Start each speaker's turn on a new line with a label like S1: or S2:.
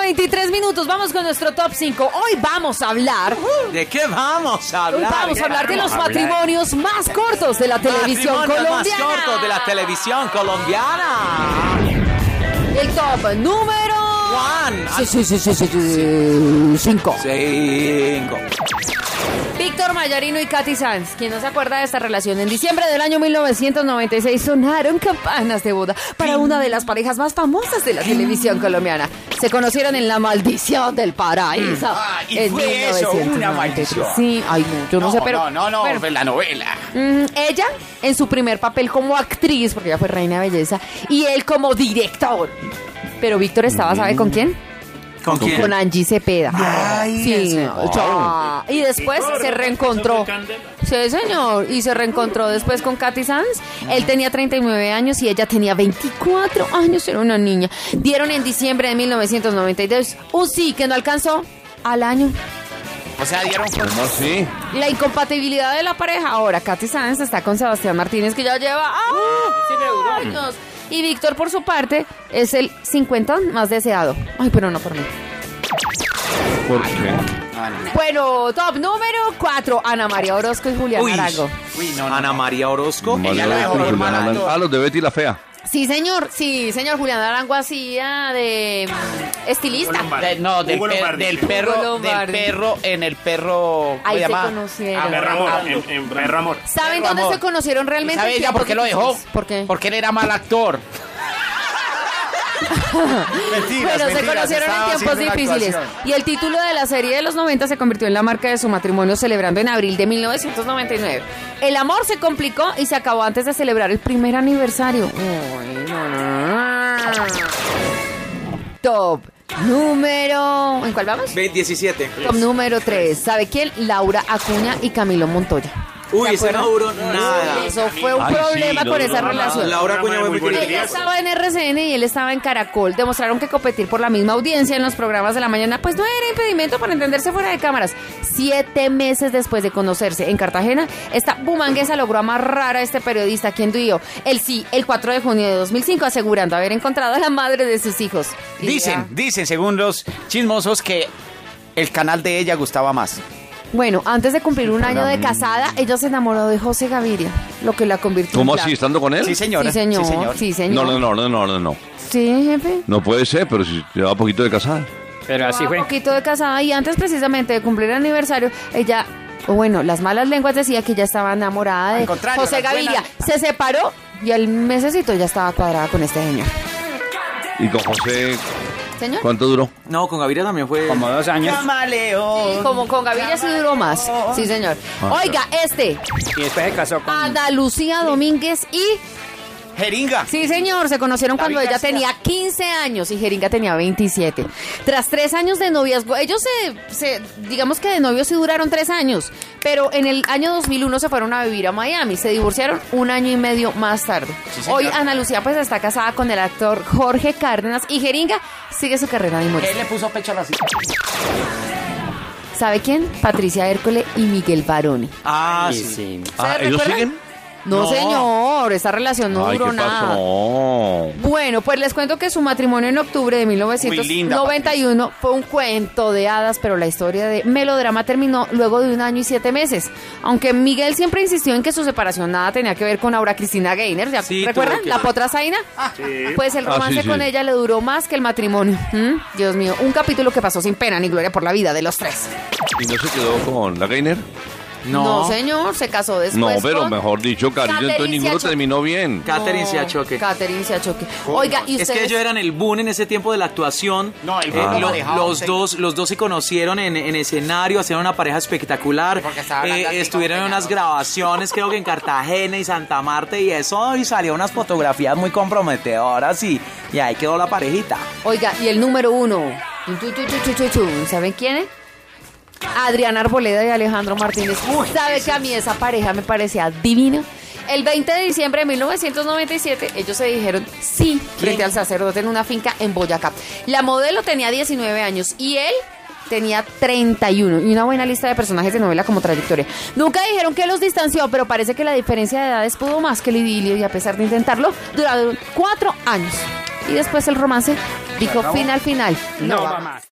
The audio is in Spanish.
S1: 23 minutos, vamos con nuestro top 5. Hoy vamos a hablar.
S2: ¿De qué vamos a
S1: Hoy
S2: hablar?
S1: vamos a hablar de los matrimonios más cortos de la televisión
S2: Matrimonios
S1: colombiana.
S2: más cortos de la televisión colombiana.
S1: El top número.
S2: Juan.
S1: Sí, sí, sí, sí, sí, sí, Cinco.
S2: Cinco.
S1: Víctor Mayarino y Katy Sanz, quien no se acuerda de esta relación, en diciembre del año 1996 sonaron campanas de boda para una de las parejas más famosas de la televisión colombiana. Se conocieron en La Maldición del Paraíso.
S3: Ah, y
S1: en
S3: fue eso, una
S1: 1993.
S3: maldición.
S1: Sí, ay, no, yo no, sé, pero.
S3: no, no, no,
S1: bueno,
S2: pues
S3: fue la novela.
S1: Mm, ella en su primer papel como actriz, porque ella fue reina de belleza, y él como director. Pero Víctor estaba, ¿sabe
S3: Mm.
S1: con quién?
S2: ¿Con quién?
S1: Con Angie Cepeda. sí, no, ah, y después se reencontró. Sí, señor. Y se reencontró después con Katy Sanz. Él tenía 39 años y ella tenía 24 años. Era una niña. Dieron en diciembre de 1992 un sí que no alcanzó al año.
S3: O sea, dieron con-
S4: No, sí.
S1: La incompatibilidad de la pareja. Ahora, Katy Sáenz está con Sebastián Martínez, que ya lleva ¡ah! años. Y Víctor, por su parte, es el 50 más deseado. Ay, pero no por mí.
S4: ¿Por qué?
S3: No, no, no.
S1: Bueno, top número 4, Ana María Orozco y Julián
S2: Uy.
S1: Arango.
S3: Uy, no, no.
S2: Ana María Orozco.
S3: Ella
S4: Vale,
S3: la dejó
S4: vale,
S3: por mal
S4: vale.
S3: actor.
S4: Ah, los de Betty la Fea.
S1: Sí, señor, sí, señor, Julián Arango hacía de mm, estilista.
S3: De- no, del,
S5: Hugo
S3: per-
S5: Lombardi.
S3: del
S1: Hugo
S3: perro, del
S1: Lombardi.
S3: perro en el perro. ¿Cómo
S1: Ahí se
S3: llamaba?
S1: conocieron.
S3: Ah,
S5: Perro
S3: Ramón.
S5: amor, en, en Perro amor.
S1: ¿Saben
S3: Pero,
S1: dónde
S3: amor,
S1: se conocieron
S3: ¿Y
S1: realmente?
S3: sabe ella por qué lo dejó?
S1: ¿Por qué?
S3: Porque él era mal actor.
S5: Mentiras,
S1: Pero se conocieron en tiempos difíciles. Y el título de la serie de los 90 se convirtió en la marca de su matrimonio, celebrando en abril de 1999. El amor se complicó y se acabó antes de celebrar el primer aniversario. Uy, no, no, no. Top número. ¿En cuál vamos?
S2: 17.
S1: Top número 3. ¿Sabe quién? Laura Acuña y Camilo Montoya.
S2: Uy,
S1: ¿Se
S2: ese
S1: acuerdan?
S2: no duró nada.
S1: Eso fue un
S4: Ay, sí,
S1: problema
S4: no
S1: con
S4: duró
S1: esa
S4: nada.
S1: relación.
S2: Laura Cuña muy
S5: Muy buen
S2: buena.
S1: Ella
S5: día.
S1: estaba en RCN y él estaba en Caracol. Demostraron que competir por la misma audiencia en los programas de la mañana, pues no era impedimento para entenderse fuera de cámaras. Siete meses después de conocerse en Cartagena, esta bumanguesa logró amarrar a este periodista, quien dio el sí el 4 de junio de 2005, asegurando haber encontrado a la madre de sus hijos. Y
S3: Dicen, dicen, según los chismosos, que el canal de ella gustaba más.
S1: ya. Bueno, antes de cumplir un año de casada, ella se enamoró de José Gaviria, lo que la convirtió en
S4: ¿Cómo
S1: plan.
S4: así? ¿Estando con él?
S3: Sí,
S1: Sí,
S3: señora.
S1: señor. Sí, señor.
S4: No, no, no, no, no, no, no.
S1: Sí, jefe.
S4: No puede ser, pero si lleva poquito de casada.
S6: Pero así
S1: Un
S6: fue.
S1: poquito de casada y antes precisamente de cumplir el aniversario, ella, o bueno, las malas lenguas decía que ya estaba enamorada de
S3: Al contrario,
S1: José
S3: las
S1: Gaviria.
S3: buenas-
S1: Se separó y al mesecito ya estaba cuadrada con este señor.
S4: ¿Y con José
S1: Señor.
S4: cuánto duró?
S2: No, con Gaviria también fue.
S6: Como dos años.
S3: Camaleón.
S1: Sí, como con Gaviria sí duró más. Sí, señor.
S4: Ah,
S1: Oiga, este,
S6: Y después se casó con.
S1: Ana Lucía Domínguez y.
S3: Jeringa.
S1: Sí, señor, se conocieron cuando
S3: Gaviria
S1: ella
S3: sí.
S1: tenía 15 años y Jeringa tenía 27. Tras tres años de noviazgo, ellos se, se- digamos que de novios sí duraron tres años, pero en el año 2001 se fueron a vivir a Miami, se divorciaron un año y medio más tarde.
S3: señor.
S1: Hoy Ana Lucía pues está casada con el actor Jorge Cárdenas y Jeringa sigue su carrera de humorista.
S3: Él le puso pecho a la
S1: ¿Sabe quién? Patricia Hércole y Miguel Baroni.
S2: Ah,
S6: Sí,
S2: sí.
S6: sí.
S4: Ah,
S1: ¿Ustedes
S4: ¿Ellos
S1: recuerdan?
S4: siguen?
S1: No,
S3: No.
S1: señor, esta relación no
S4: Ay, ¿qué
S1: duró nada.
S4: pasó?
S1: Bueno, pues les cuento que su matrimonio en octubre de
S3: Muy linda,
S1: 1991 fue un cuento de hadas, pero la historia de melodrama terminó luego de un año y siete meses. Aunque Miguel siempre insistió en que su separación nada tenía que ver con Aura Cristina Gainer, ¿ya
S2: Sí,
S1: recuerdan?
S2: tuvo que
S1: La
S2: ver.
S1: potra Zaina. Pues el
S4: Ah,
S1: romance
S4: sí, sí.
S1: con ella le duró más que el matrimonio. ¿Mm? Dios mío, un capítulo que pasó sin pena ni gloria por la vida de los tres.
S4: ¿Y no se quedó con la Gainer?
S1: No, señor, se casó
S4: No,
S1: después.
S4: pero
S1: Pues con
S4: mejor dicho, cariño, entonces
S1: Catherine
S4: ninguno
S1: Siachoque.
S4: terminó bien.
S2: Catherine
S1: No,
S2: Siachoque.
S1: Catherine Siachoque. Oiga, y ustedes...
S2: Es que ellos eran el boom en ese tiempo de la actuación. Eh,
S3: No, el boom lo manejaba
S2: los
S3: usted.
S2: dos, los dos se conocieron en, en escenario, hacían una pareja espectacular. Eh,
S3: Porque estaba hablando así
S2: estuvieron en
S3: como
S2: unas
S3: peinado.
S2: grabaciones, creo que en Cartagena y Santa Marta y eso, y salió unas fotografías muy comprometedoras y, y ahí quedó la parejita.
S1: Oiga, y el número uno. Tun, tun, tun, tun, tun, tun. ¿Saben quién es? Adriana Arboleda y Alejandro Martínez. ¿Sabe que a mí esa pareja me parecía divina? El 20 de diciembre de 1997, ellos se dijeron sí frente al sacerdote en una finca en Boyacá. La modelo tenía 19 años y él tenía 31 y una buena lista de personajes de novela como trayectoria. Nunca dijeron que los distanció, pero parece que la diferencia de edades pudo más que el idilio y a pesar de intentarlo, duraron cuatro años. Y después el romance dijo final final.
S6: No,
S1: va
S6: mamá.
S1: más.